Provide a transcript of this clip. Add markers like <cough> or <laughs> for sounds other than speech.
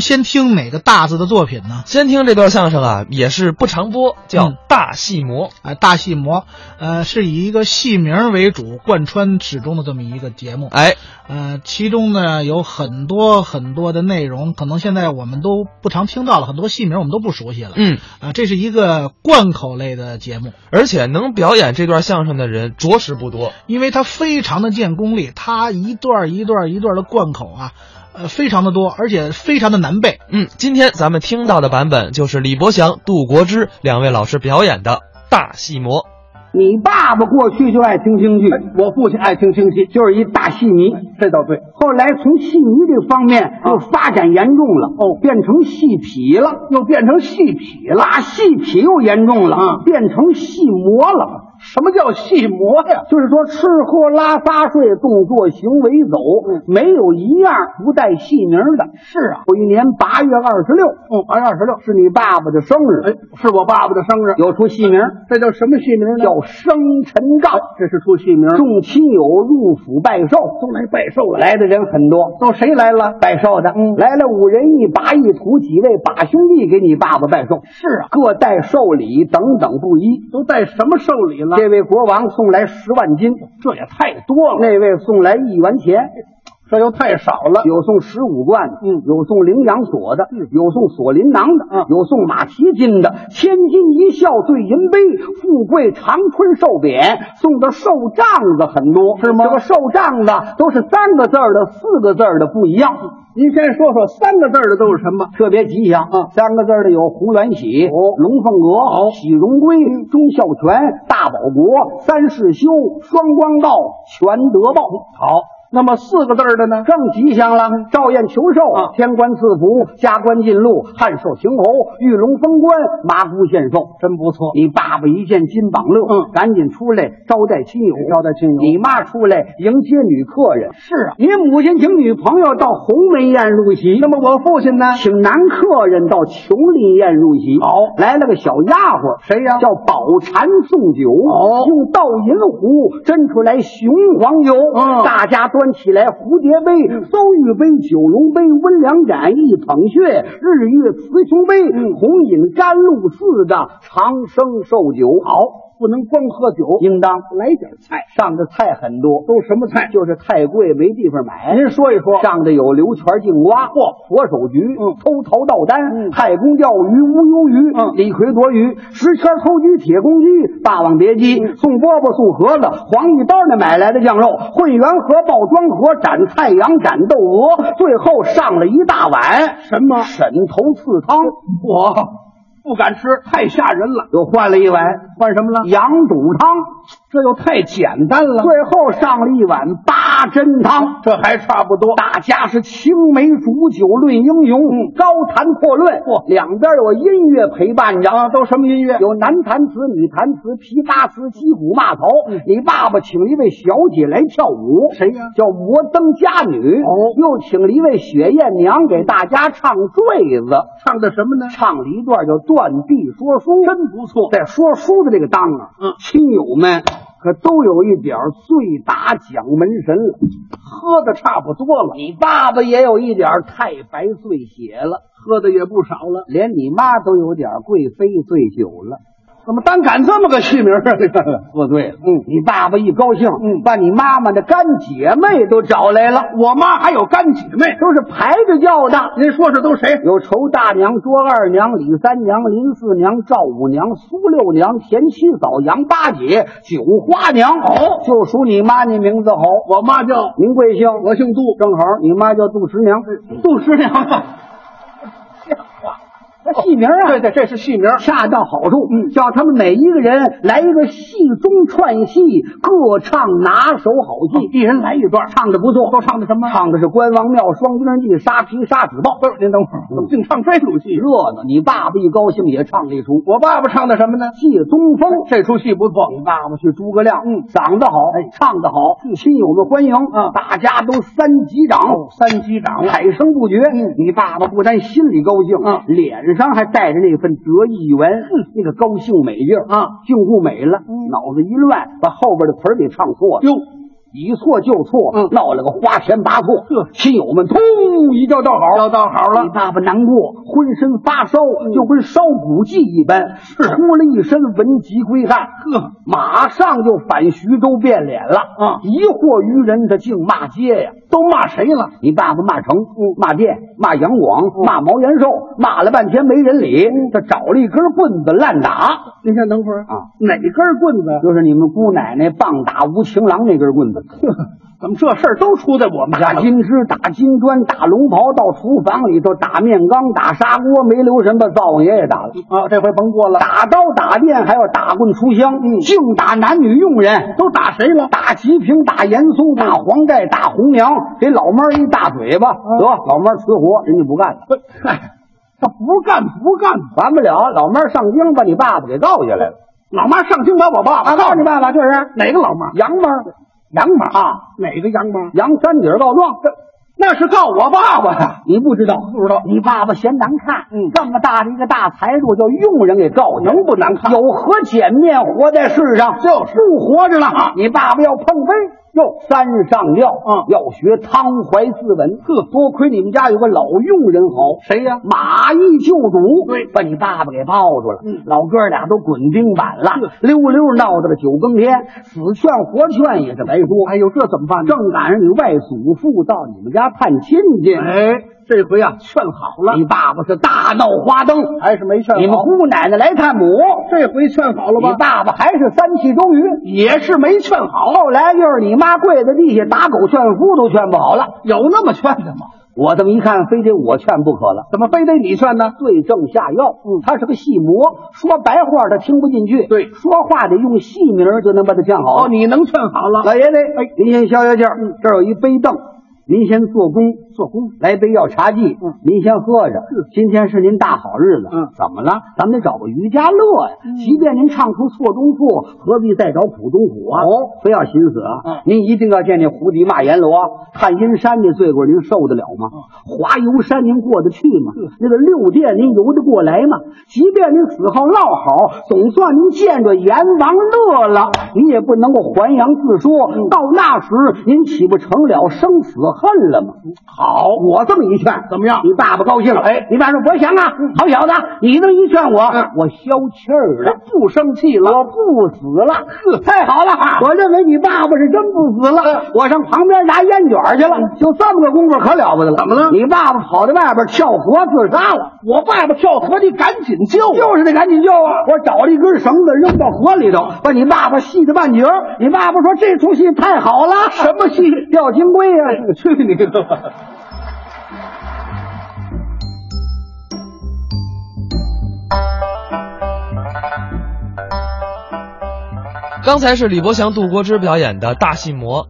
先听哪个大字的作品呢？先听这段相声啊，也是不常播，叫嗯《大戏魔》。啊，大戏魔，呃，是以一个戏名为主，贯穿始终的这么一个节目。哎，呃，其中呢有很多很多的内容，可能现在我们都不常听到了，很多戏名我们都不熟悉了。嗯，啊，这是一个贯口类的节目，而且能表演这段相声的人着实不多。因为它非常的见功力，它一段儿一段儿一段儿的贯口啊，呃，非常的多，而且非常的难背。嗯，今天咱们听到的版本就是李伯祥、杜国之两位老师表演的《大戏魔》。你爸爸过去就爱听京剧，哎我父亲爱听京戏，就是一大戏迷，这倒对。后来从戏迷这方面又发展严重了，哦，变成戏痞了，又变成戏痞了，啊戏痞又严重了，啊，变成戏魔了。什么叫戏魔呀？就是说吃喝拉撒睡，动作行为走，没有一样不带戏名的。嗯是啊，有一年八月二十六，嗯，八月二十六是你爸爸的生日，哎，是我爸爸的生日，有出戏名，这叫什么戏名呢？叫生辰纲，这是出戏名。众亲友入府拜寿，都来拜寿了，来的人很多，都谁来了？拜寿的，嗯，来了五人一拔一徒几位把兄弟给你爸爸拜寿，是啊，各带寿礼等等不一，都带什么寿礼了？这位国王送来十万金，这也太多了。那位送来一元钱。这又太少了。有送十五贯的，嗯，有送羚羊锁的，有送锁麟囊的，嗯，有送马蹄金的。千金一笑对银杯，富贵长春寿匾。送的寿帐子很多，是吗？这个寿帐子都是三个字儿的、四个字儿的不一样。您先说说三个字的都是什么？特别吉祥啊！哦三个字儿的有红鸾喜、龙凤阁、喜荣归、忠孝全、大保国、三世修、双光道、全德报。好。那么四个字儿的呢，更吉祥了。赵燕求寿，啊、天官赐福，加官进禄，汉寿亭侯，玉龙封官，麻姑献寿，真不错。你爸爸一见金榜乐，嗯，赶紧出来招待亲友，招待亲友。你妈出来迎接女客人，是啊。你母亲请女朋友到鸿门宴入席，那么我父亲呢，请男客人到琼林宴入席。好，来了个小丫鬟，谁呀、叫宝蟾送酒。哦，用倒银壶斟出来雄黄油，嗯，大家端起来蝴蝶杯、邹玉杯、九龙杯、温良盏、一捧血、日月雌雄杯、红饮甘露赐的长生寿酒。好。不能光喝酒，应当来点菜。上的菜很多，都什么菜？就是太贵，没地方买。您说一说，上的有刘全净瓜、嚯、佛手菊、嗯、偷桃倒丹、太公钓鱼、乌鱿鱼、嗯、李逵夺鱼、石圈偷鸡、铁公鸡、霸王别姬、宋饽饽、宋盒子、黄一刀那买来的酱肉、混元河、爆庄河、斩菜羊、斩窦鹅，最后上了一大碗什么沈头刺汤。哇！不敢吃，太吓人了。又换了一碗，换什么了？羊肚汤，这又太简单了。最后上了一碗八珍汤，这还差不多。嗯大家是青梅煮酒论英雄，高谈阔论。两边有音乐陪伴着，啊，都什么音乐？有男弹词、女弹词、琵琶词、击鼓骂曹。你爸爸请了一位小姐来跳舞，嗯谁呀、叫摩登佳女。哦，又请了一位雪艳娘给大家唱坠子，唱的什么呢？唱了一段叫《断臂说书》，真不错。在说书的这个当啊，嗯，亲友们可都有一点儿醉打蒋门神了，喝的差不多了。你爸爸也有一点儿太白醉血了，喝的也不少了，连你妈都有点儿贵妃醉酒了。怎么单赶这么个戏名啊？这 <laughs> 个说对了，嗯，你爸爸一高兴，嗯，把你妈妈的干姐妹都找来了。我妈还有干姐妹，都是排着叫的。您说说都谁？有仇大娘、卓二娘、李三娘、林四娘、赵五娘、苏六娘、田七嫂、杨八姐、九花娘。哦，就数你妈那名字好。我妈叫您贵姓？我姓杜，正好你妈叫杜十娘。杜十娘。啊戏名啊，对对，这是戏名，恰到好处。嗯，叫他们每一个人来一个戏中串戏，各唱拿手好戏，哦一人来一段，唱的不错。都唱的什么？唱的是《关王庙》《双军记》《沙皮》《沙子报》。不是，您等会儿，怎么净唱这出戏？热闹！你爸爸一高兴也唱了一出。我爸爸唱的什么呢？《借东风》这出戏不错。你爸爸去诸葛亮，嗯，嗓子好，哎，唱的好，亲友们欢迎啊，大家都三击掌，哦三击掌，凯声不绝。你爸爸不单心里高兴，嗯啊，嗯脸上还带着那份得意纹，那个嗯高兴美劲儿啊，劲不美了，脑子一乱，把后边的词儿给唱错了。哟，以错就错，嗯闹了个花钱八错，呵亲友们通一叫道好，要到好你了，爸爸难过，浑身发烧，就跟烧骨剂一般，是出了一身文籍归汉，呵，马上就反徐州变脸了啊疑惑于人，他竟骂街呀！都骂谁了？你爸爸骂成，嗯骂店，骂杨嗯广，骂毛延寿，骂了半天没人理，他找了一根棍子乱打，您先等会儿啊，哪根棍子？就是你们姑奶奶棒打无情郎那根棍子。怎么这事儿都出在我们家打了？金枝，打金砖，打龙袍，到厨房里头打面缸，打砂锅，没留神把灶王爷也打了。啊，这回甭过了，打刀打电，还要打棍出香，嗯净打男女佣人，都打谁了？嗯打吉平，打严嵩，打黄盖，打红娘，给老猫一大嘴巴，得老猫存活，人家不干了，嗯不嗨，他不干不干，完不了，老猫上京把你爸爸给告下来了，老妈上京把我爸爸啊，告诉你爸爸就是哪个老妈？杨猫，杨妈啊，哪个杨妈？杨三姐告状，那是告我爸爸呀！你不知道，不知道你爸爸嫌难看，嗯这么大的一个大财主，叫佣人给告去，能不难看有何脸面活在世上？就是不活着了啊你爸爸要碰杯，哟，三上吊，嗯要学汤怀自刎。呵，多亏你们家有个老佣人好，谁呀马义救主，对把你爸爸给抱住了。嗯老哥俩都滚钉板了，溜溜闹到了九更天，死劝活劝也是白说。哎呦，这怎么办呢？正赶上你外祖父到你们家探亲戚，哎，这回啊，劝好了，你爸爸是大闹花灯，还是没劝好。你们姑奶奶来探母，这回劝好了你吧？爸爸还是三气周瑜。也是没劝好，后来又是你妈跪在地下打狗劝夫都劝不好了。有那么劝的吗？我这么一看，非得我劝不可了。怎么非得你劝呢？对症下药，嗯，他是个戏魔，说白话他听不进去，对说话得用戏名儿就能把他劝好。哦，你能劝好了，老爷子，哎，您先消消气儿，这儿有一杯凳，您先做工，做工，来杯药茶剂，嗯，您先喝着。今天是您大好日子，嗯怎么了？咱们得找个余家乐呀。即便您唱出错中错，何必再找苦中苦啊？哦，非要寻死啊？嗯您一定要见这胡迪骂阎罗，探阴山这罪过您受得了吗？嗯华游山您过得去吗？那个六殿您游得过来吗？即便您死后落好，总算您见着阎王乐了，您也不能够还阳自嗯说。到那时您岂不成了生死恨了吗？好，我这么一劝，嗯怎么样你爸爸高兴了。哎你爸说不行啊，好小子，你这么一劝我，嗯我消气儿了。不生气了。我不死了，太好了！我认为你爸爸是真不死了。我上旁边拿烟卷去了，就这嗯么个功夫，可了不得了。怎么了你爸爸跑到外边跳河自杀了，我爸爸跳河，你赶紧救我！就是得赶紧救啊！我找了一根绳子扔到河里头，把你爸爸系得半截儿。你爸爸说这出戏太好了，什么戏？吊金龟呀、去你的吧！刚才是李伯祥、杜国之表演的大戏魔。